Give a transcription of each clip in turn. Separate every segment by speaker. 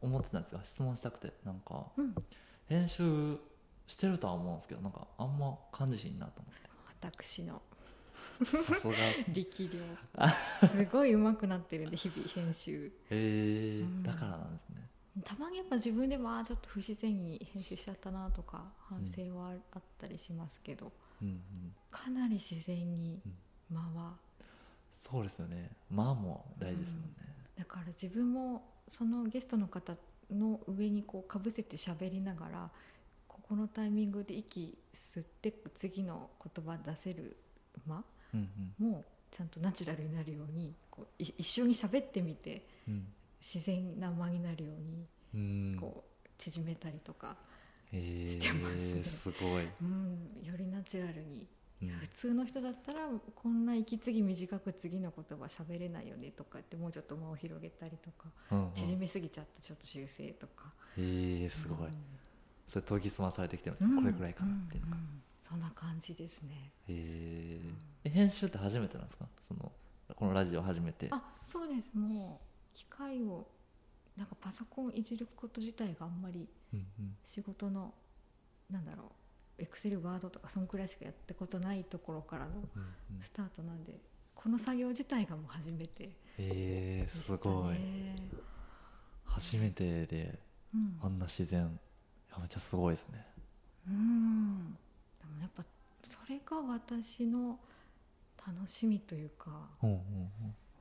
Speaker 1: 思ってたんですよ質問したくてなんか、
Speaker 2: うん
Speaker 1: 編集してるとは思うんですけどなんかあんま感じしんなと
Speaker 2: 私の
Speaker 1: 思っ てさすが
Speaker 2: 力量すごい上手くなってるんで日々編集
Speaker 1: えー
Speaker 2: うん
Speaker 1: だからなんですね
Speaker 2: たまにやっぱ自分でもあーちょっと不自然に編集しちゃったなとか反省はあったりしますけど、
Speaker 1: うんうん
Speaker 2: かなり自然に間は
Speaker 1: そうですよねまあもう大事ですもんね、
Speaker 2: だから自分もそのゲストの方の上にこうかぶせて喋りながらここのタイミングで息吸って次の言葉出せる間
Speaker 1: うん、
Speaker 2: もちゃんとナチュラルになるようにこうい一緒に喋ってみて
Speaker 1: うんうん
Speaker 2: 自然な間になるように
Speaker 1: うん
Speaker 2: こう縮めたりとか、
Speaker 1: えー、
Speaker 2: してますね
Speaker 1: すごい、
Speaker 2: うん、よりナチュラルに
Speaker 1: うん
Speaker 2: 普通の人だったらこんな息継ぎ短く次の言葉喋れないよねとかってもうちょっと間を広げたりとか
Speaker 1: うんうん
Speaker 2: 縮めすぎちゃったちょっと修正とか
Speaker 1: えー、すごい、それ研ぎ澄まされてきてます、
Speaker 2: うん
Speaker 1: これぐらいかなっていうのが、
Speaker 2: うんうんそんな感じですね
Speaker 1: えーえ編集って初めてなんですかそのこのラジオ初めて
Speaker 2: あそうですもう機械をなんかパソコンいじること自体があんまり
Speaker 1: うんうん
Speaker 2: 仕事のなんだろうエクセルワードとかそんくらいしかやったことないところからの
Speaker 1: うんうん
Speaker 2: スタートなんでこの作業自体がもう初めて
Speaker 1: え
Speaker 2: で
Speaker 1: ー、
Speaker 2: した
Speaker 1: す
Speaker 2: ね
Speaker 1: ごい初めてで
Speaker 2: うん
Speaker 1: あんな自然いやめっちゃすごいですね
Speaker 2: うんでもやっぱそれが私の楽しみというか
Speaker 1: うんうん
Speaker 2: わ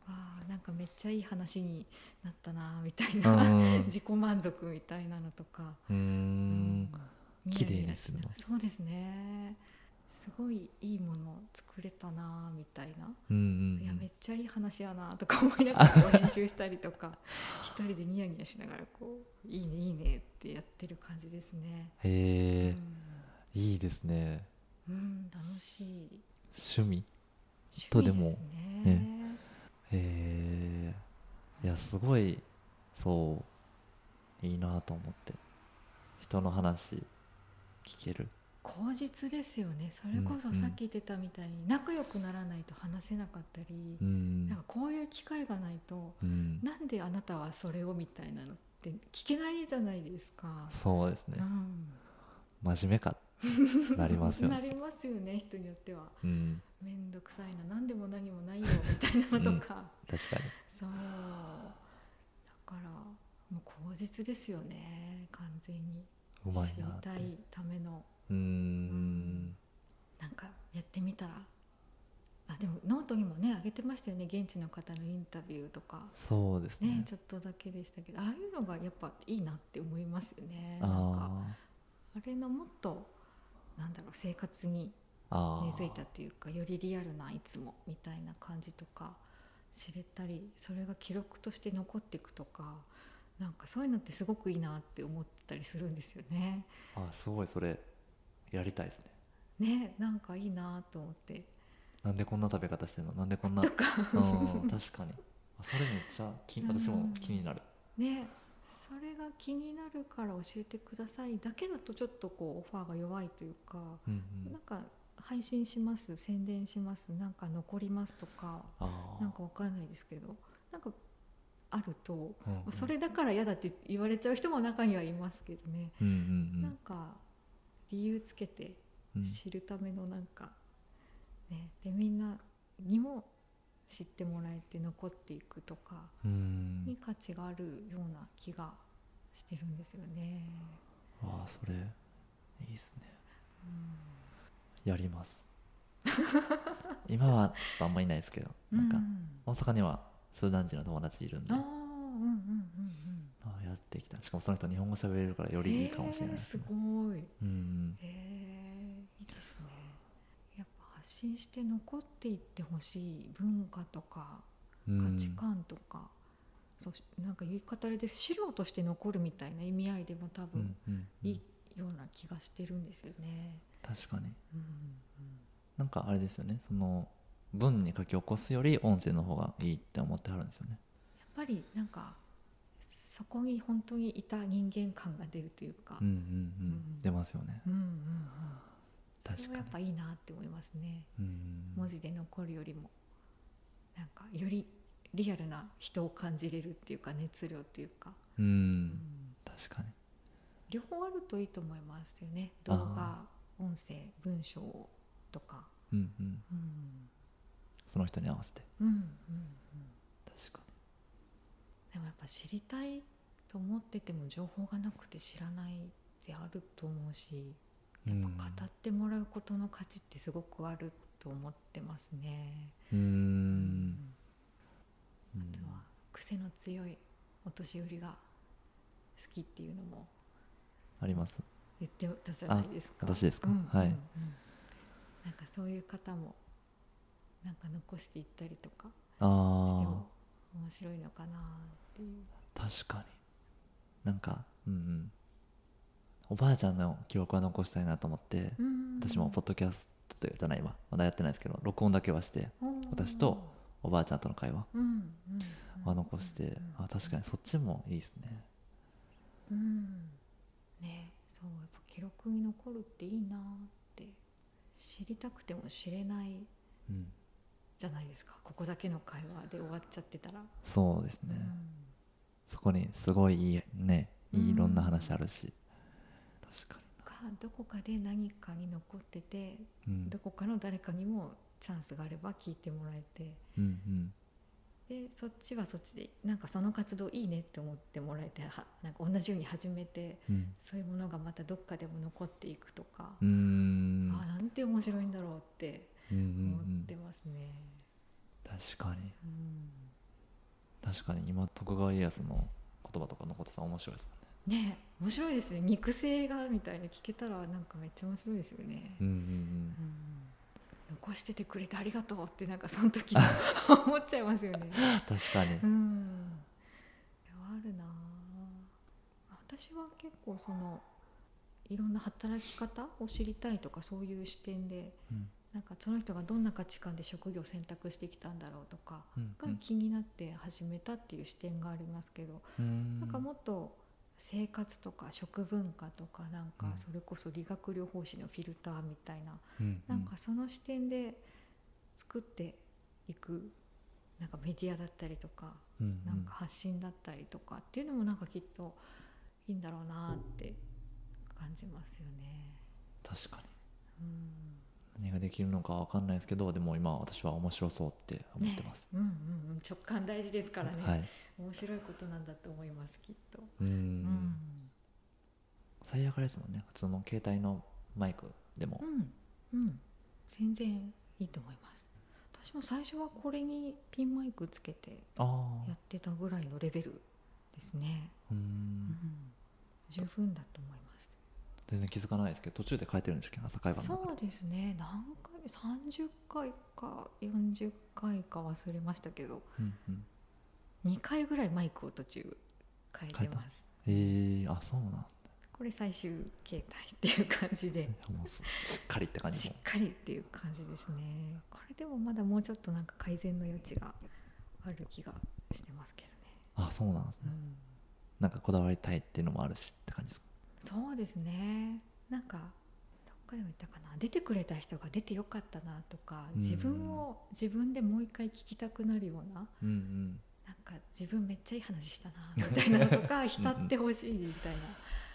Speaker 2: あなんかめっちゃいい話になったなみたいうな、
Speaker 1: ん
Speaker 2: 自己満足みたいなのとか
Speaker 1: うーん
Speaker 2: うん
Speaker 1: 綺麗にするの
Speaker 2: ニヤニヤしなそうですねすごいいいもの作れたなみたいな、
Speaker 1: うんうん
Speaker 2: いうや
Speaker 1: ん
Speaker 2: めっちゃいい話やなとか思いながらこう練習したり とか一人でニヤニヤしながらこういいねいいねってやってる感じですね、
Speaker 1: へえ
Speaker 2: うん
Speaker 1: いいですね
Speaker 2: うん、楽しい
Speaker 1: 趣味と
Speaker 2: 趣
Speaker 1: で
Speaker 2: 味
Speaker 1: も
Speaker 2: ですね
Speaker 1: へえいやすごいそういいなと思って人の話聞ける
Speaker 2: 口実ですよねそれこそさっき言ってたみたいに、仲良くならないと話せなかったり
Speaker 1: う、ん
Speaker 2: なんかこういう機会がないと
Speaker 1: うん
Speaker 2: なんであなたはそれをみたいなのって聞けないじゃないです か。
Speaker 1: そうですね
Speaker 2: うん
Speaker 1: 真面目かなりますよ
Speaker 2: な
Speaker 1: ね
Speaker 2: りますよね人によっては
Speaker 1: うん
Speaker 2: 面倒くさいな何でも何もないよみたいなのとか、
Speaker 1: 確かに
Speaker 2: そうだからもう口実ですよね完全に
Speaker 1: うまい
Speaker 2: 知り
Speaker 1: なって
Speaker 2: たいための
Speaker 1: うーん
Speaker 2: なんかやってみたらあでもノートにもねあげてましたよね現地の方のインタビューとか
Speaker 1: そうです
Speaker 2: ね
Speaker 1: ね
Speaker 2: ちょっとだけでしたけどああいうのがやっぱいいなって思いますよねなんか
Speaker 1: あ
Speaker 2: あれのもっとなんだろう生活に
Speaker 1: ーあー
Speaker 2: 根付いたというかよりリアルないつもみたいな感じとか知れたりそれが記録として残っていくとかなんかそういうのってすごくいいなって思ってたりするんですよね。
Speaker 1: あすごいそれやりたいですね
Speaker 2: ねなんかいいなと思って
Speaker 1: なんでこんな食べ方してんのなんでこんな
Speaker 2: とか
Speaker 1: うん確かにあそれめっちゃ気
Speaker 2: うん
Speaker 1: 私も気になる
Speaker 2: ねそれが気になるから教えてくださいだけだとちょっとこうオファーが弱いというか、
Speaker 1: うんう
Speaker 2: なんんか配信します宣伝しますなんか残りますとか
Speaker 1: あ
Speaker 2: なんかわかんないですけどなんかあると
Speaker 1: あ
Speaker 2: まあそれだから嫌だって言われちゃう人も中にはいますけどね、
Speaker 1: うんうん
Speaker 2: なんか理由つけて
Speaker 1: うんうん
Speaker 2: 知るためのなんか、ね、でみんなにも知ってもらえて残っていくとか
Speaker 1: うん
Speaker 2: に価値があるような気がしてるんですよね。
Speaker 1: ああそれいいですね
Speaker 2: うん
Speaker 1: やります 今はちょっとあんまいないですけどなんか
Speaker 2: うん
Speaker 1: 大阪にはスーダン人の友達いるんで
Speaker 2: あーうんうんうん
Speaker 1: あやっていきたいしかもその人日本語喋れるからよ
Speaker 2: うん
Speaker 1: りいいかもしれない
Speaker 2: へ
Speaker 1: で
Speaker 2: ー
Speaker 1: す
Speaker 2: す
Speaker 1: ね
Speaker 2: ごい
Speaker 1: うんうん
Speaker 2: へえいいですねやっぱ発信して残っていってほしい文化とか
Speaker 1: うん
Speaker 2: 価値観とか、そうしなんか言い方あれで資料として残るみたいな意味合いでも多
Speaker 1: う
Speaker 2: 分
Speaker 1: んうんうん
Speaker 2: いいような気がしてるんですよね。
Speaker 1: 確かに
Speaker 2: うん
Speaker 1: なんかあれですよねその文に書き起こすより音声の方がいいって思ってはるんですよね
Speaker 2: やっぱりなんかそこに本当にいた人間感が出るというか、
Speaker 1: うんうんうん、
Speaker 2: うん
Speaker 1: 出ますよね
Speaker 2: うんうんうん
Speaker 1: 確
Speaker 2: そ
Speaker 1: か
Speaker 2: れはやっぱ
Speaker 1: に
Speaker 2: いいなって思いますね。
Speaker 1: うん
Speaker 2: 文字で残るよりもなんかよりリアルな人を感じれるっていうか熱量っていうか、
Speaker 1: う
Speaker 2: うんん
Speaker 1: 確かに
Speaker 2: 両方あるといいと思いますよね
Speaker 1: あー
Speaker 2: 動画音声文章とか
Speaker 1: うんうん
Speaker 2: うん
Speaker 1: その人に合わせて
Speaker 2: うんうんうん
Speaker 1: 確か
Speaker 2: でもやっぱ知りたいと思ってても情報がなくて知らないってあると思うし
Speaker 1: にやっ
Speaker 2: 語ってもらうことの価値ってすごくあると思ってますね。
Speaker 1: うんう
Speaker 2: あ
Speaker 1: ん
Speaker 2: とは癖の強いお年寄りが好きっていうのも
Speaker 1: あります
Speaker 2: 言ってたじゃないですか。
Speaker 1: あ私ですかはい
Speaker 2: なんかそういう方もなんか残していったりとかして
Speaker 1: あ
Speaker 2: も面白いのかなっていう。
Speaker 1: あ確かになんかうんうんおばあちゃんの記録は残したいなと思って
Speaker 2: うん
Speaker 1: 私もポッドキャストというじゃない今まだやってないですけど録音だけはして私とおばあちゃんとの会話
Speaker 2: うんうんうん
Speaker 1: は残してあ確かにそっちもいいですね
Speaker 2: うんねそうやっぱ記録に残るっていいなって知りたくても知れない
Speaker 1: うん
Speaker 2: じゃないですかここだけの会話で終わっちゃってたら、
Speaker 1: そうです
Speaker 2: う
Speaker 1: ね
Speaker 2: ん
Speaker 1: そこにすごいいいねいいいろんな話あるし確か
Speaker 2: かどこかで何かに残ってて
Speaker 1: にうん
Speaker 2: どこかの誰かにもチャンスがあれば聞いてもらえて
Speaker 1: うんうん
Speaker 2: でそっちはそっちでなんかその活動いいねって思ってもらえてはなんか同じように始めて
Speaker 1: うん
Speaker 2: そういうものがまたどっかでも残っていくとか、
Speaker 1: うーん
Speaker 2: あなんて面白いんだろうって
Speaker 1: うんうん
Speaker 2: 思っ
Speaker 1: う
Speaker 2: て
Speaker 1: ん
Speaker 2: ますね。
Speaker 1: 確かに
Speaker 2: うん
Speaker 1: 確かに今徳川家康の言葉とか残ってたら面白いですも
Speaker 2: ねえ面白いですね肉声がみたいに聞けたらなんかめっちゃ面白いですよね、
Speaker 1: んねうん
Speaker 2: うん残しててくれてありがとうってなんかその時の 思っちゃいますよね
Speaker 1: うん確かに
Speaker 2: うんいやあるなあ私は結構そのいろんな働き方を知りたいとかそういう視点で
Speaker 1: うん
Speaker 2: なんかその人がどんな価値観で職業を選択してきたんだろうとか
Speaker 1: うん
Speaker 2: が気になって始めたっていう視点がありますけど
Speaker 1: うん
Speaker 2: なんかもっと生活とか食文化とかなん
Speaker 1: う
Speaker 2: か
Speaker 1: ん
Speaker 2: それこそ理学療法士のフィルターみたいな
Speaker 1: うんうん
Speaker 2: なんかその視点で作っていくなんかメディアだったりとか
Speaker 1: うんうん
Speaker 2: なんか発信だったりとかっていうのもなんかきっといいんだろうなって感じますよね。
Speaker 1: 確かに
Speaker 2: うん
Speaker 1: 何ができるのかわかんないですけどでも今私は面白そうって思ってます、
Speaker 2: ねうんうんうん、直感大事ですからね、
Speaker 1: はい
Speaker 2: 面白いことなんだと思いますきっと。
Speaker 1: うん
Speaker 2: うん
Speaker 1: 最悪あれですもんね普通の携帯のマイクでも
Speaker 2: うん、うん、全然いいと思います私も最初はこれにピンマイクつけて
Speaker 1: あ
Speaker 2: や
Speaker 1: あ
Speaker 2: ってたぐらいのレベルですね、
Speaker 1: う
Speaker 2: うんん、十分だと思います
Speaker 1: 全然気づかないですけど途中で変えてるんですけど朝会話の
Speaker 2: そうですね何回30回か40回か忘れましたけど
Speaker 1: うんうん
Speaker 2: 2回ぐらいマイクを途中変えてます
Speaker 1: えー、あそうなんだ
Speaker 2: これ最終形態っていう感じで
Speaker 1: もうすしっかりって感じ
Speaker 2: しっ
Speaker 1: も
Speaker 2: かりっていう感じですねこれでもまだもうちょっとなんか改善の余地がある気がしてますけど
Speaker 1: あそうなんですね
Speaker 2: ね、
Speaker 1: なんかこだわりたいっていうのもあるしって感じですか
Speaker 2: そうですねなんかどっかでも言ったかな出てくれた人が出てよかったなとか
Speaker 1: うん
Speaker 2: 自分を自分でもう一回聞きたくなるような
Speaker 1: うんうん
Speaker 2: なんか自分めっちゃいい話したなみたい なのとか浸ってほしいみたいな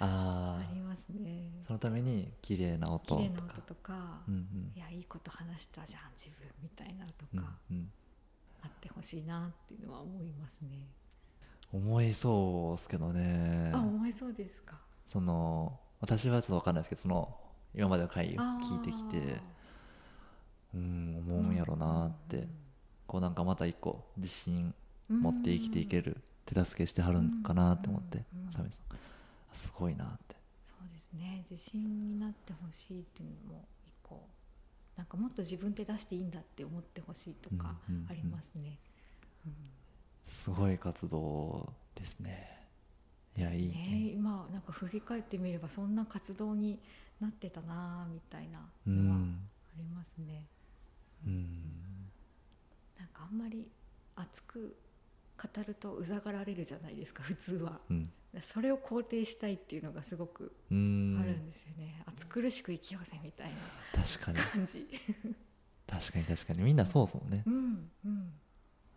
Speaker 1: あ
Speaker 2: あ
Speaker 1: あ
Speaker 2: りますね
Speaker 1: そのために綺麗な音とか
Speaker 2: 綺麗な音とか
Speaker 1: うんうん
Speaker 2: いやいいこと話したじゃん自分みたいなのと
Speaker 1: うん
Speaker 2: か
Speaker 1: うん
Speaker 2: あってほしいなっていうのは思いますね。
Speaker 1: 思いそうですけどね
Speaker 2: あ思いそうですか。
Speaker 1: その私はちょっと分かんないですけどその今までの回を聞いてきてうん思うんやろなって、こうなんかまた一個自信持って生きていけ
Speaker 2: る。
Speaker 1: る手助けしてはるんかなって思って
Speaker 2: うんうん
Speaker 1: 浅見さんあすごいなって
Speaker 2: そうですね自信になってほしいっていうのも一個なんかもっと自分で出していいんだって思ってほしいとか
Speaker 1: うんうんうん
Speaker 2: ありますね。うん
Speaker 1: すごい活動ですねいや
Speaker 2: です
Speaker 1: いいね
Speaker 2: ね今なんか振り返ってみればそんな活動になってたなみたいなのはありますね。
Speaker 1: うんうん
Speaker 2: なんかあんまり熱く語るとうざがられるじゃないですか普通は
Speaker 1: うん
Speaker 2: それを肯定したいっていうのがすごく
Speaker 1: う
Speaker 2: あ
Speaker 1: ん
Speaker 2: るんですよね、熱苦しく生きようぜみたい
Speaker 1: 確かに
Speaker 2: な感じ
Speaker 1: 確かに確かにみんなそうですもんね
Speaker 2: うんうん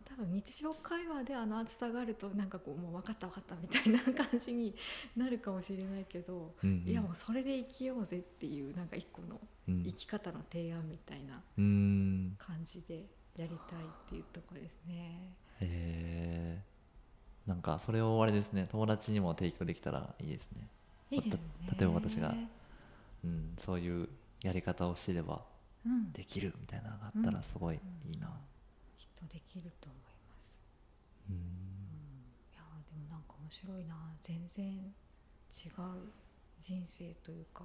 Speaker 2: 多分日常会話であの暑さがあるとなんかこうもう分かった分かったみたいな感じになるかもしれないけど、
Speaker 1: うんうん
Speaker 2: いやもうそれで生きようぜっていうなんか一個の
Speaker 1: うん
Speaker 2: 生き方の提案みたいな
Speaker 1: うん
Speaker 2: 感じでやりたいっていうとこですね。
Speaker 1: へーなんかそれをあれですね友達にも提供できたらいいですね
Speaker 2: いいですね
Speaker 1: た例えば私がうんそういうやり方を知れば
Speaker 2: うん、き
Speaker 1: できるみたいなのがあった
Speaker 2: う
Speaker 1: ら
Speaker 2: ん
Speaker 1: すごいいいな
Speaker 2: きっとできると思います。
Speaker 1: うん
Speaker 2: いやーでもなんか面白いな全然違う人生というか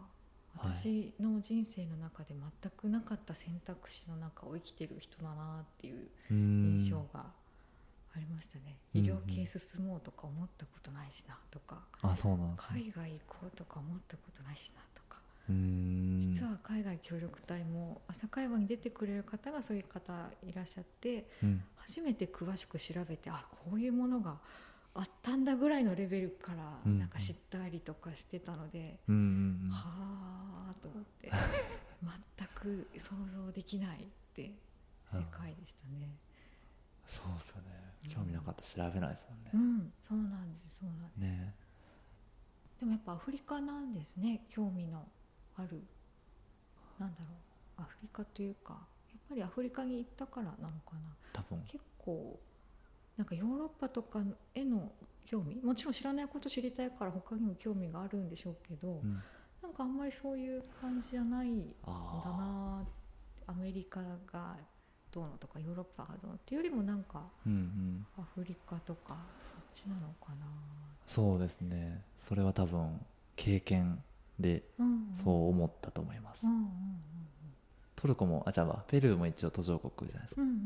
Speaker 1: はい
Speaker 2: 私の人生の中で全くなかった選択肢の中を生きてる人だなっていう
Speaker 1: うん
Speaker 2: 印象がありましたね、
Speaker 1: うん
Speaker 2: 医療系進もうとか思ったことないしなとか、
Speaker 1: あそうなんですね
Speaker 2: 海外行こうとか思ったことないしなとか、
Speaker 1: うん
Speaker 2: 実は海外協力隊も朝会話に出てくれる方がそういう方いらっしゃって
Speaker 1: うん
Speaker 2: 初めて詳しく調べてあこういうものがあったんだぐらいのレベルから
Speaker 1: うん
Speaker 2: なんか知ったりとかしてたので、
Speaker 1: うんうんうん
Speaker 2: はあと思って全く想像できないって世界でし たね。
Speaker 1: そうですよね興味なかったら調べないですもんね
Speaker 2: うん、そうなんですそうなんです
Speaker 1: ね
Speaker 2: でもやっぱアフリカなんですね興味のあるなんだろうアフリカというかやっぱりアフリカに行ったからなのかな
Speaker 1: 多分
Speaker 2: 結構なんかヨーロッパとかへの興味もちろん知らないこと知りたいから他にも興味があるんでしょうけど、
Speaker 1: うん
Speaker 2: なんかあんまりそういう感じじゃないんだ
Speaker 1: あ
Speaker 2: なアメリカがどうのとかヨーロッパがどうのっていうよりもなんか
Speaker 1: あうんうん
Speaker 2: アフリカとかそっちなのかな、
Speaker 1: そうですねそれは多分経験で
Speaker 2: うんうん、
Speaker 1: そう思ったと思います、
Speaker 2: うんうん
Speaker 1: トルコもあじゃあペルーも一応途上国じゃないですか
Speaker 2: うんうんう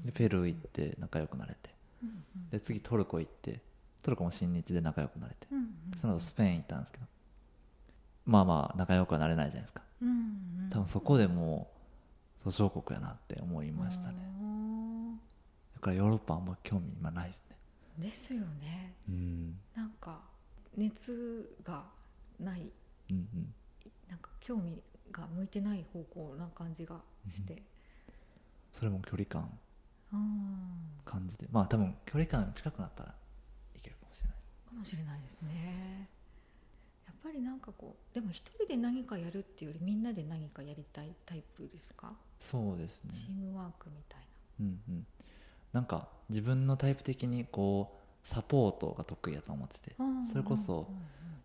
Speaker 2: ん
Speaker 1: でペルー行って仲良くなれて
Speaker 2: うんうん
Speaker 1: で次トルコ行ってトルコも親日で仲良くなれて
Speaker 2: うんうん
Speaker 1: その後スペイン行ったんですけどまあまあ仲良くはなれないじゃないですか
Speaker 2: うんうん
Speaker 1: 多分そこでもう途上国やなって思いましたね
Speaker 2: あ
Speaker 1: だからヨーロッパあんま興味今ないですね
Speaker 2: ーですよね
Speaker 1: うん
Speaker 2: なんか熱がない
Speaker 1: うんうん
Speaker 2: なんか興味が向いてない方向な感じがして、
Speaker 1: それも距離感
Speaker 2: うん、
Speaker 1: 感じてまあ多分距離感近くなったらいけるかもしれないです
Speaker 2: かもしれないですねやっぱりなんかこうでも一人で何かやるっていうよりみんなで何かやりたいタイプですか、
Speaker 1: そうですね
Speaker 2: チームワークみたい
Speaker 1: うんうんなんか自分のタイプ的にこうサポートが得意だと思ってて
Speaker 2: な、うん
Speaker 1: それこそ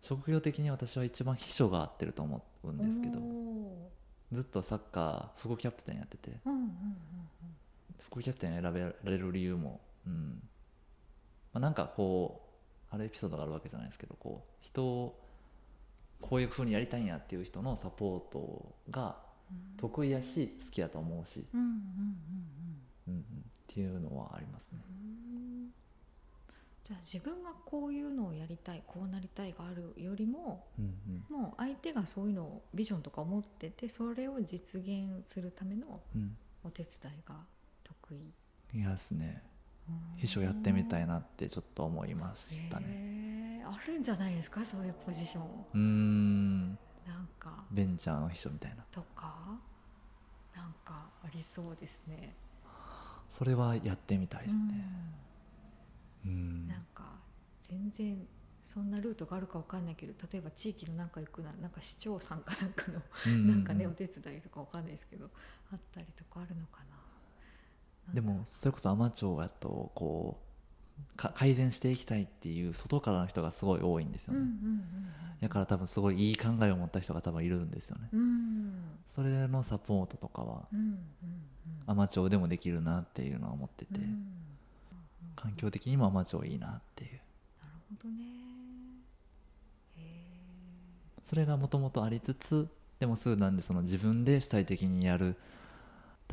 Speaker 1: 職業的に私は一番秘書が合ってると思うん
Speaker 2: うんうん
Speaker 1: ですけど
Speaker 2: お
Speaker 1: ずっとサッカー副キャプテンやってて
Speaker 2: ーうんうん
Speaker 1: 副キャプテンを選べられる理由も、うんまあ、なんかこうあるエピソードがあるわけじゃないですけどこう人をこういう風にやりたいんやっていう人のサポートが
Speaker 2: うん
Speaker 1: 得意やし好きやと思うし、
Speaker 2: うんうんうんうんうん
Speaker 1: うんうん、っていうのはありますね。
Speaker 2: うんじゃあ自分がこういうのをやりたいこうなりたいがあるよりも
Speaker 1: うんうん
Speaker 2: もう相手がそういうのをビジョンとか思っててそれを実現するための
Speaker 1: うん
Speaker 2: お手伝いが得意
Speaker 1: いやですね秘書やってみたいなってちょっと思いましたね
Speaker 2: ねあるんじゃないですかそういうポジション
Speaker 1: うーん
Speaker 2: なんか
Speaker 1: ベンチャーの秘書みたいな
Speaker 2: とかなんかありそうですね
Speaker 1: それはやってみたいですねうん
Speaker 2: うんなんか全然そんなルートがあるかわかんないけど例えば地域のなんか行くななんか市長さんかなんかの
Speaker 1: ううう
Speaker 2: なんかねお手伝いとかわかんないですけどあったりとかあるのかな。
Speaker 1: でもそれこそ海士町やとこうか改善していきたいっていう外からの人がすごい多いんです
Speaker 2: う
Speaker 1: よ
Speaker 2: んう
Speaker 1: ね、
Speaker 2: ん
Speaker 1: だから多分すごいいい考えを持った人が多分いるんですよね、
Speaker 2: うんうんうん
Speaker 1: それのサポートとかは
Speaker 2: うんうんうん
Speaker 1: 海士町でもできるなっていうのは思ってて、
Speaker 2: うん
Speaker 1: 環境的にも海士町いいなっていう
Speaker 2: なるほどね。へ
Speaker 1: それがもともとありつつでもスーダンでその自分で主体的にやる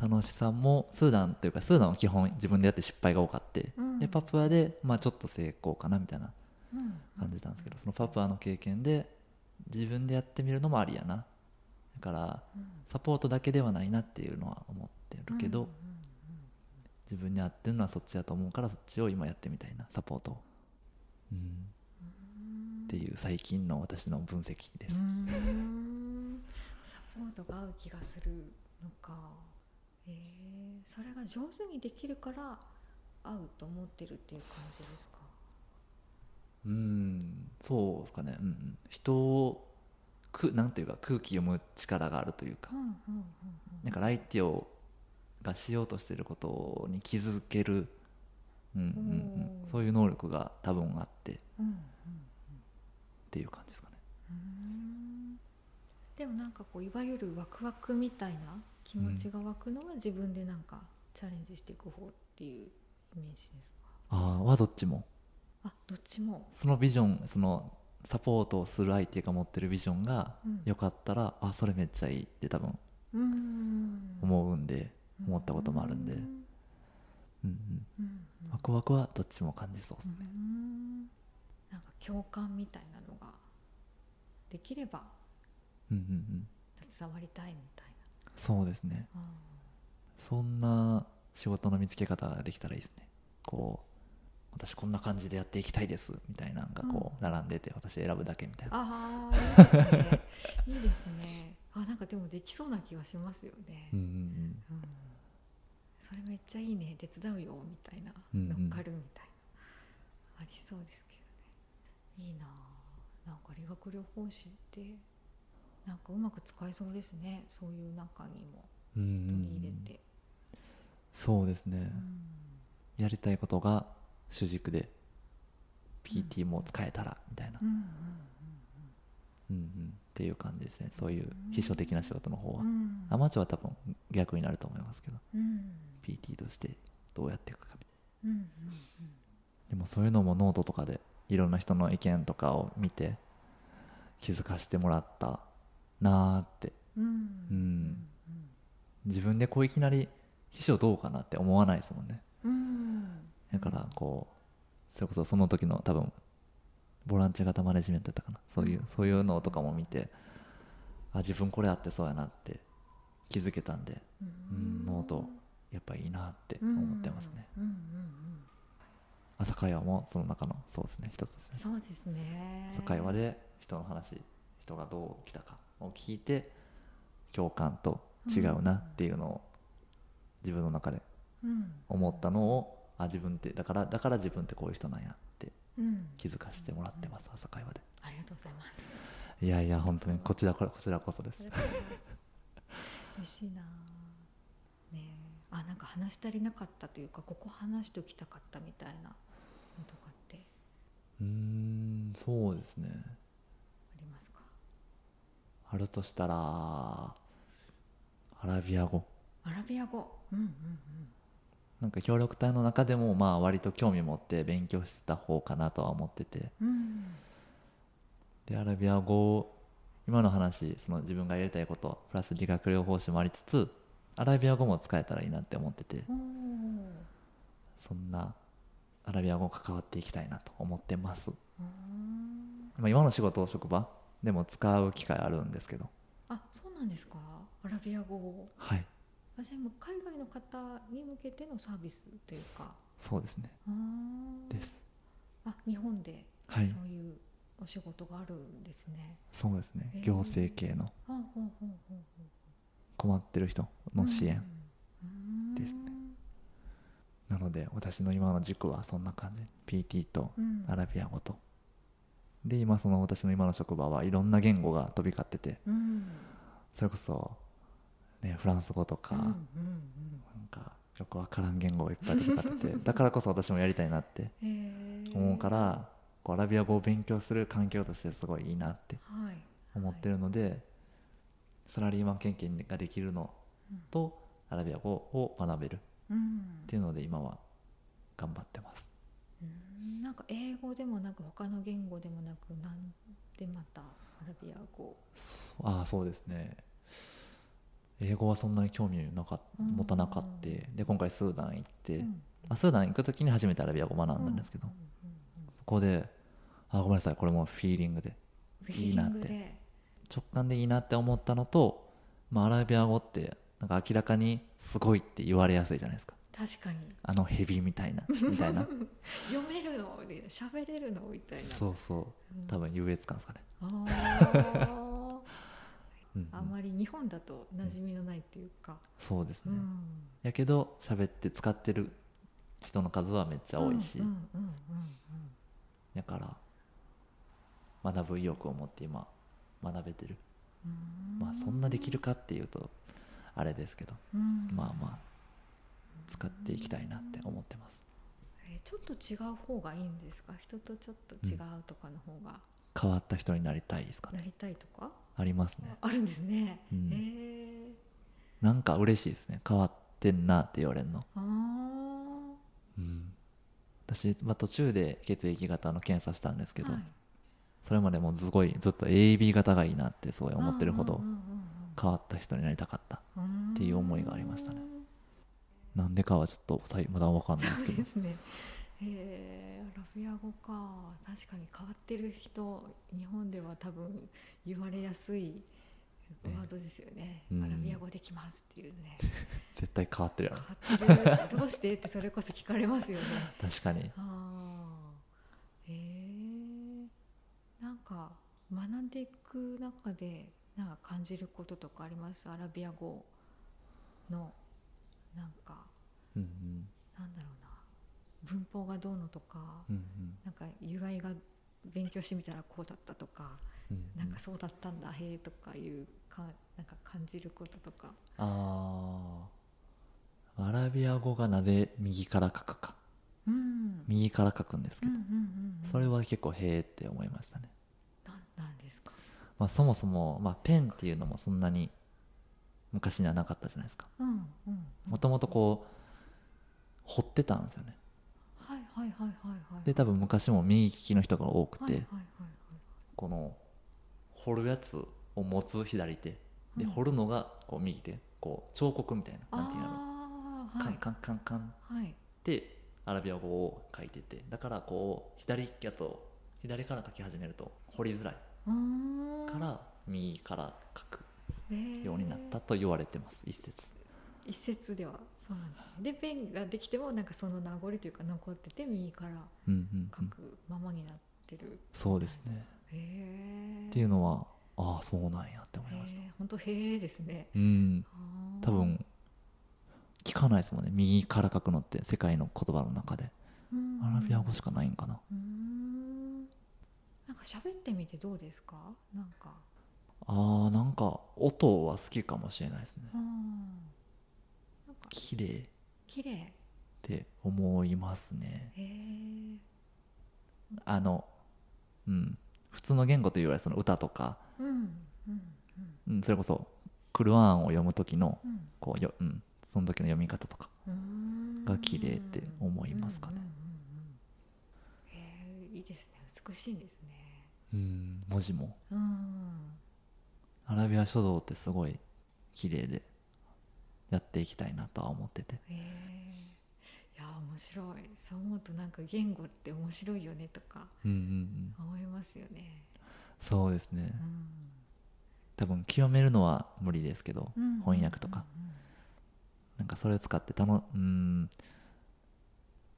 Speaker 1: 楽しさもスーダンというかスーダンは基本自分でやって失敗が多かって、
Speaker 2: うん
Speaker 1: でパプアで、まあ、ちょっと成功かなみたいな
Speaker 2: えうん
Speaker 1: 感じたんですけどそのパプアの経験で自分でやってみるのもありやなだからサポートだけではないなっていうのは思ってるけど、
Speaker 2: うん
Speaker 1: 自分に合ってるのはそっちやと思うからそっちを今やってみたいなサポートを、うん、っていう最近の私の分析で
Speaker 2: う
Speaker 1: す、
Speaker 2: んうんサポートが合う気がするのか。へえそれが上手にできるから合うと思ってるっていう感じですか
Speaker 1: うんそうですかね、うんうん、人をくなんていうか空気読む力があるというか、
Speaker 2: うんうんうん
Speaker 1: なんか相手をがしようとしてることに気づける、うんうんう
Speaker 2: お
Speaker 1: ん、
Speaker 2: ー
Speaker 1: そういう能力が多分あってっ
Speaker 2: うんうん
Speaker 1: ていう感じですかね。
Speaker 2: うんでもなんかこういわゆるワクワクみたいな気持ちが湧くのは自分でなんかチャレンジしていく方っていうイメージです
Speaker 1: あーはどっちも
Speaker 2: かあどっちも
Speaker 1: そのビジョンそのサポートをする相手が持ってるビジョンが
Speaker 2: うん
Speaker 1: よかったら、あそれめっちゃいいって多分
Speaker 2: うん
Speaker 1: 思うんで、思ったこともあるんでうんうん、
Speaker 2: うんうん
Speaker 1: ワクワクはどっちも感じそうですね、
Speaker 2: うんなんか共感みたいなのができれば
Speaker 1: うんうんうん、
Speaker 2: 携わりたいみたい
Speaker 1: そうですね
Speaker 2: な、うん
Speaker 1: そんな仕事の見つけ方ができたらいいですねこう私こんな感じでやっていきたいですみたいなのがこう並んでて私選ぶだけみたいな、
Speaker 2: ああいいですねいいですねあなんかでもできそうな気がしますよね、
Speaker 1: うんうん
Speaker 2: うんそれめっちゃいいね手伝うよみたいな、
Speaker 1: うんうん
Speaker 2: 乗っかるみたいなありそうですけどねいいなあなんか理学療法士ってなんかうまく使えそうですねそういう中にも
Speaker 1: うんうんうん
Speaker 2: 取り入れて、
Speaker 1: そうですね、
Speaker 2: うん
Speaker 1: やりたいことが主軸で PT も使えたらみたいな、
Speaker 2: うん
Speaker 1: うんうん、っていう感じですねそういう秘書的な仕事の方
Speaker 2: うん
Speaker 1: は、
Speaker 2: うん
Speaker 1: アマチュアは多分逆になると思いますけど
Speaker 2: うん、
Speaker 1: PT としてどうやっていくかみたい
Speaker 2: うんうん
Speaker 1: なでもそういうのもノートとかでいろんな人の意見とかを見て気づかせてもらったなーって
Speaker 2: うんうん
Speaker 1: う
Speaker 2: うん
Speaker 1: ん自分でこういきなり秘書どうかなって思わないですもんね
Speaker 2: うん
Speaker 1: だからこうそれこそその時の多分ボランティア型マネジメントだったかなそういうそういうのとかも見てあ自分これあってそうやなって気づけたんでうんノートやっぱいいなって思ってますね、
Speaker 2: うんうんうん
Speaker 1: 朝会話もその中のそうですね一つですね
Speaker 2: そうですね
Speaker 1: 朝会話で人の話人がどう来たかを聞いて共感と違うなっていうのを自分の中で
Speaker 2: うん
Speaker 1: 思ったのをあ自分ってだからだから自分ってこういう人なんやって
Speaker 2: うん
Speaker 1: 気づかせてもらってます朝会話で
Speaker 2: ありがとうございます。
Speaker 1: いやいや本当にこちらここちらこそです
Speaker 2: ありがとうございます。嬉しいなあ。ねえ、あなんか話し足りなかったというか、ここ話しておきたかったみたいなのとかって
Speaker 1: うーんそうですね
Speaker 2: ありますか。
Speaker 1: あるとしたらアラビア語
Speaker 2: アラビア語。うんうん
Speaker 1: なんか協力隊の中でもまあ割と興味持って勉強してた方かなとは思ってて
Speaker 2: うん。うん
Speaker 1: でアラビア語今の話その自分がやりたいことプラス理学療法士もありつつアラビア語も使えたらいいなって思ってて
Speaker 2: おー
Speaker 1: そんなアラビア語関わっていきたいなと思ってます、
Speaker 2: うーん。
Speaker 1: まあ、今の仕事職場でも使う機会あるんですけど
Speaker 2: あ、そうなんですか。アラビア語を。
Speaker 1: はい
Speaker 2: あじゃあもう海外の方に向けてのサービスというか。
Speaker 1: そうですね
Speaker 2: あー
Speaker 1: です
Speaker 2: あ、日本で
Speaker 1: はい
Speaker 2: そういうお仕事があるんですね。
Speaker 1: そうですね
Speaker 2: へー
Speaker 1: 行政系の
Speaker 2: あほうほうほうほう。
Speaker 1: 困ってる人の支援、
Speaker 2: うん
Speaker 1: ですねなので私の今の軸はそんな感じ PT と
Speaker 2: うん
Speaker 1: アラビア語とで今その私の今の職場はいろんな言語が飛び交ってて
Speaker 2: うん
Speaker 1: それこそ、ね、フランス語とか、
Speaker 2: うんうん
Speaker 1: なんかよくわからん言語がいっぱい飛び交っててだからこそ私もやりたいなって
Speaker 2: うんへー
Speaker 1: 思うからこうアラビア語を勉強する環境としてすごいいいなって
Speaker 2: はい
Speaker 1: 思ってるので、サラリーマン経験ができるのとアラビア語を学べる
Speaker 2: うん
Speaker 1: っていうので今は頑張ってます
Speaker 2: うんなんか英語でもなく他の言語でもなくなんでまたアラビア語
Speaker 1: ああそうですね英語はそんなに興味なかっ
Speaker 2: うん
Speaker 1: 持たなかったで今回スーダン行って、
Speaker 2: うん
Speaker 1: あスーダン行く時に初めてアラビア語学んだんですけど、そこであごめんなさいこれもフィーリングで
Speaker 2: フィ
Speaker 1: いい
Speaker 2: ーリ
Speaker 1: なっ
Speaker 2: ン
Speaker 1: て
Speaker 2: グで
Speaker 1: 直感でいいなって思ったのと、まあ、アラビア語ってなんか明らかにすごいって言われやすいじゃないですか
Speaker 2: 確かに
Speaker 1: あのヘビみたい なみたいな
Speaker 2: 読めるので喋れるのみたいな
Speaker 1: そうそう多分優越感ですかね、
Speaker 2: あー
Speaker 1: うんうん
Speaker 2: あんまり日本だと馴染みのないっていうか
Speaker 1: そうです
Speaker 2: う
Speaker 1: ね、
Speaker 2: ん
Speaker 1: やけど喋って使ってる人の数はめっちゃ多いし、
Speaker 2: うんうんうんうん
Speaker 1: だから学ぶ意欲を持って今学べてる、
Speaker 2: うん
Speaker 1: まあそんなできるかっていうとあれですけど、
Speaker 2: うん
Speaker 1: まあまあ使っていきたいなって思ってます
Speaker 2: えーちょっと違う方がいいんですか人とちょっと違うとかの方が
Speaker 1: 変わった人になりたいですかね
Speaker 2: なりたいとか、
Speaker 1: ありますね
Speaker 2: あるんですね、
Speaker 1: うん
Speaker 2: へえ
Speaker 1: なんか嬉しいですね変わってんなって言われるの
Speaker 2: あー
Speaker 1: うん私、まあ、途中で血液型の検査したんですけど、
Speaker 2: はい
Speaker 1: それまでもうすごいずっと AB 型がいいなってすごい思ってるほ
Speaker 2: うん
Speaker 1: ど
Speaker 2: うん
Speaker 1: 変わった人になりたかった
Speaker 2: うんうん
Speaker 1: っ
Speaker 2: ん
Speaker 1: ていう思いがありましたねなんでかはちょっとさいまだ分かんないです
Speaker 2: そう
Speaker 1: けど
Speaker 2: ですねへえアラフィア語か確かに変わってる人日本では多分言われやすいワードですよね
Speaker 1: うん
Speaker 2: アラビア語できますっていう ね
Speaker 1: 絶対変わってるやろ
Speaker 2: 変わってるどうしてってそれこそ聞かれますよね
Speaker 1: 確かに
Speaker 2: あーへえなんか学んでいく中でなんか感じることとかありますアラビア語のなんか
Speaker 1: うんうん
Speaker 2: なんだろうな文法がどうのとか、
Speaker 1: うん
Speaker 2: なんか由来が勉強してみたらこうだったとか、
Speaker 1: うんう
Speaker 2: なんかそうだったんだへえとかいうかなんか感じることとか
Speaker 1: あーアラビア語がなぜ右から書くか
Speaker 2: うん
Speaker 1: 右から書くんですけ
Speaker 2: うんう
Speaker 1: ど、
Speaker 2: んうんうん
Speaker 1: それは結構へーって思いましたね、
Speaker 2: なんなんですか
Speaker 1: まあ、そもそも、まあ、ペンっていうのもそんなに昔にはなかったじゃないですか
Speaker 2: うんうん
Speaker 1: もともとこう掘ってたんですよね
Speaker 2: はいはいはいはいはい
Speaker 1: で多分昔も右利きの人が多くて、
Speaker 2: はいはいはい
Speaker 1: この掘るやつを持つ左手で
Speaker 2: うん
Speaker 1: 掘るのがこう右手こう彫刻みたいななんていうの
Speaker 2: ああ
Speaker 1: カ
Speaker 2: は
Speaker 1: ン
Speaker 2: い
Speaker 1: カンカンカン
Speaker 2: はい
Speaker 1: ってアラビア語を書いててだからこう左やつを左から書き始めると掘りづらいう
Speaker 2: ーん
Speaker 1: から右から書く
Speaker 2: ね
Speaker 1: ようになったと言われてます一説
Speaker 2: 一説ではそうなんですねでペンができてもなんかその名残というか残ってて右から
Speaker 1: うんうんう
Speaker 2: 書
Speaker 1: ん
Speaker 2: くままになってる、
Speaker 1: そうですね
Speaker 2: へえ
Speaker 1: っていうのはああそうなんやって思いました
Speaker 2: へえ本当へえですね
Speaker 1: うん
Speaker 2: あー
Speaker 1: 多分聞かないですもんね右から書くのって世界の言葉の中で
Speaker 2: うん
Speaker 1: アラビア語しかないんかな
Speaker 2: うーんなんか喋ってみてどうですかなんか
Speaker 1: あーなんか音は好きかもしれないですね
Speaker 2: うんなんか
Speaker 1: 綺麗っ
Speaker 2: 綺麗へ
Speaker 1: て思いますね
Speaker 2: え
Speaker 1: あのうん普通の言語というよりはその歌とか、
Speaker 2: うんうん
Speaker 1: うん、それこそクルアーンを読む時の
Speaker 2: うん
Speaker 1: こうよ、うん、その時の読み方とか
Speaker 2: うん
Speaker 1: が綺麗って思いますかね
Speaker 2: うんうんうんうんへえいいですね美しいんですね
Speaker 1: うん文字も
Speaker 2: うん
Speaker 1: アラビア書道ってすごい綺麗でやっていきたいなとは思ってて
Speaker 2: へえいや面白いそう思うとなんか言語って面白いよねとか
Speaker 1: うんうんうん
Speaker 2: 思いますよね
Speaker 1: そうですね
Speaker 2: うん
Speaker 1: 多分極めるのは無理ですけど、
Speaker 2: うん
Speaker 1: 翻訳とか、なんかそれを使ってたのうーん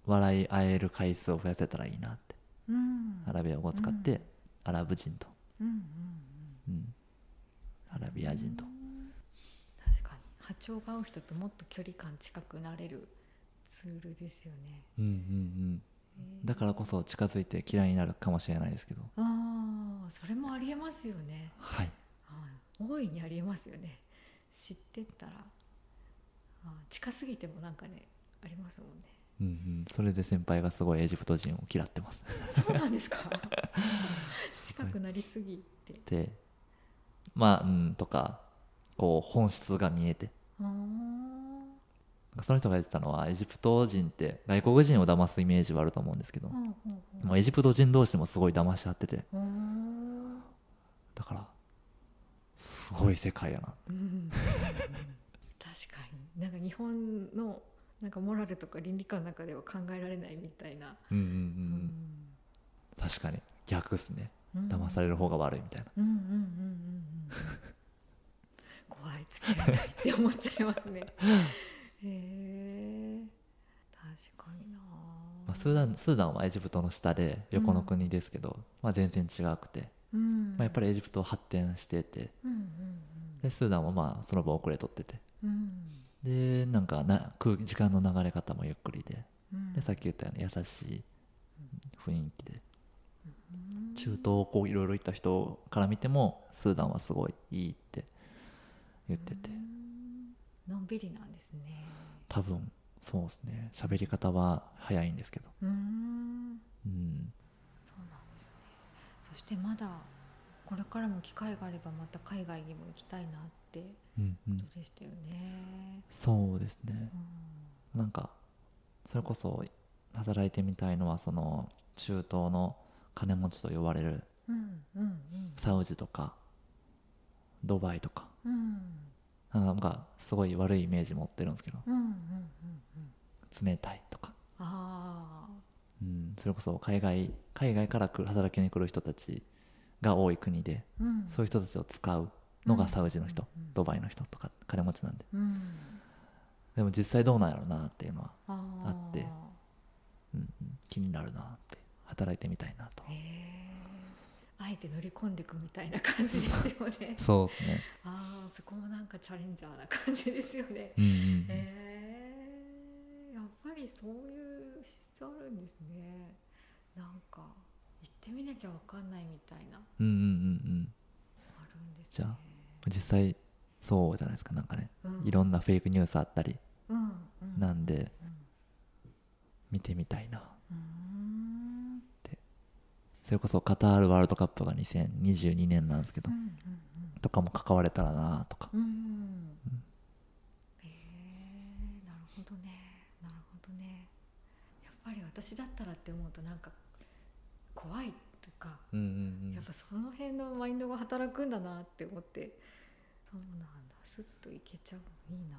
Speaker 1: 笑い合える回数を増やせたらいいなって
Speaker 2: うんうん
Speaker 1: アラビア語を使って、アラブ人と、
Speaker 2: うんうんう
Speaker 1: う
Speaker 2: ん
Speaker 1: ん、アラビア人と、
Speaker 2: 確かに波長が合う人ともっと距離感近くなれるツールですよね。
Speaker 1: うんうんうん、
Speaker 2: えー
Speaker 1: だからこそ近づいて嫌いになるかもしれないですけど
Speaker 2: ああそれもありえますよね。
Speaker 1: はい
Speaker 2: はい、大いにありえますよね。知ってったらあー近すぎてもなんかねありますもんね。
Speaker 1: うんうん、それで先輩がすごいエジプト人を嫌ってます
Speaker 2: そうな んですか近くなりすぎて。
Speaker 1: でまあうんとかこう本質が見えて
Speaker 2: あー
Speaker 1: なんかその人が言ってたのはエジプト人って外国人を騙すイメージはあると思うんですけど
Speaker 2: うんうん
Speaker 1: もうエジプト人同士もすごい騙し合ってて
Speaker 2: うんあ
Speaker 1: だからすごい世界やな
Speaker 2: ーうん確かになんか日本のなんかモラルとか倫理観の中では考えられないみたいな、
Speaker 1: うんうんうん、確かに逆っすね
Speaker 2: うん
Speaker 1: 騙される方が悪いみたいな、
Speaker 2: うんうんうんうんうんうん怖い付き合えないって思っちゃいますねへえ確かにな、
Speaker 1: まあ、スーダンスーダンはエジプトの下で横の国ですけど、まあ、全然違くて、
Speaker 2: うん
Speaker 1: まあ、やっぱ
Speaker 2: り
Speaker 1: りエジプト発展してて
Speaker 2: うんうん
Speaker 1: でスーダンはまあその分遅れとってて
Speaker 2: うんうん
Speaker 1: でなんかな空時間の流れ方もゆっくりで
Speaker 2: うん
Speaker 1: でさっき言ったような優しい雰囲気で中東をこういろいろ行った人から見てもスーダンはすごいいいって言ってて
Speaker 2: のんびりなんですね
Speaker 1: 多分そうですね喋り方は早いんですけど
Speaker 2: うーん
Speaker 1: うん
Speaker 2: そうなんですねそしてまだこれからも機会があればまた海外にも行きたいなって
Speaker 1: うんう
Speaker 2: こ
Speaker 1: ん
Speaker 2: とでしたよね、
Speaker 1: そうですね
Speaker 2: うん
Speaker 1: なんかそれこそ働いてみたいのはその中東の金持ちと呼ばれる
Speaker 2: うんうん
Speaker 1: サウジとかドバイとか
Speaker 2: うんうん
Speaker 1: なんかすごい悪いイメージ持ってるんですけど
Speaker 2: うんうんうんうん
Speaker 1: 冷たいとか、
Speaker 2: ああ
Speaker 1: うん、それこそ海外海外から来る働きに来る人たちが多い国で
Speaker 2: うん
Speaker 1: そういう人たちを使うの
Speaker 2: う
Speaker 1: が
Speaker 2: ん
Speaker 1: サウジの人、
Speaker 2: うん
Speaker 1: ドバイの人とか金持ちなんで
Speaker 2: うん
Speaker 1: でも実際どうなんやろうなっていうのは、
Speaker 2: あー
Speaker 1: あってうんうん、気になるなって働いてみたいなと
Speaker 2: へえあえて乗り込んでいくみたいな感じですよ ね
Speaker 1: そうですね
Speaker 2: ああそこもなんかチャレンジャーな感じですよね
Speaker 1: うんうん
Speaker 2: へ
Speaker 1: うん
Speaker 2: えやっぱりそういう資質あるんですねなんか行ってみなきゃわかんないみたいな
Speaker 1: うんうんうんうん
Speaker 2: あるんです
Speaker 1: じ
Speaker 2: ね
Speaker 1: ゃあ実際そうじゃないですかなんかね
Speaker 2: うん
Speaker 1: いろんなフェイクニュースあったり
Speaker 2: うんうん
Speaker 1: なんで
Speaker 2: うん
Speaker 1: 見てみたいな
Speaker 2: うーん
Speaker 1: それこそカタールワールドカップが2022年なんですけど
Speaker 2: うんうん
Speaker 1: とかも関われたらなとか
Speaker 2: うんうんへえなるほどねなるほどねやっぱり私だったらって思うとなんか怖いとか
Speaker 1: うん
Speaker 2: やっぱその辺のマインドが働くんだなって思ってそうなんだスッといけちゃういいな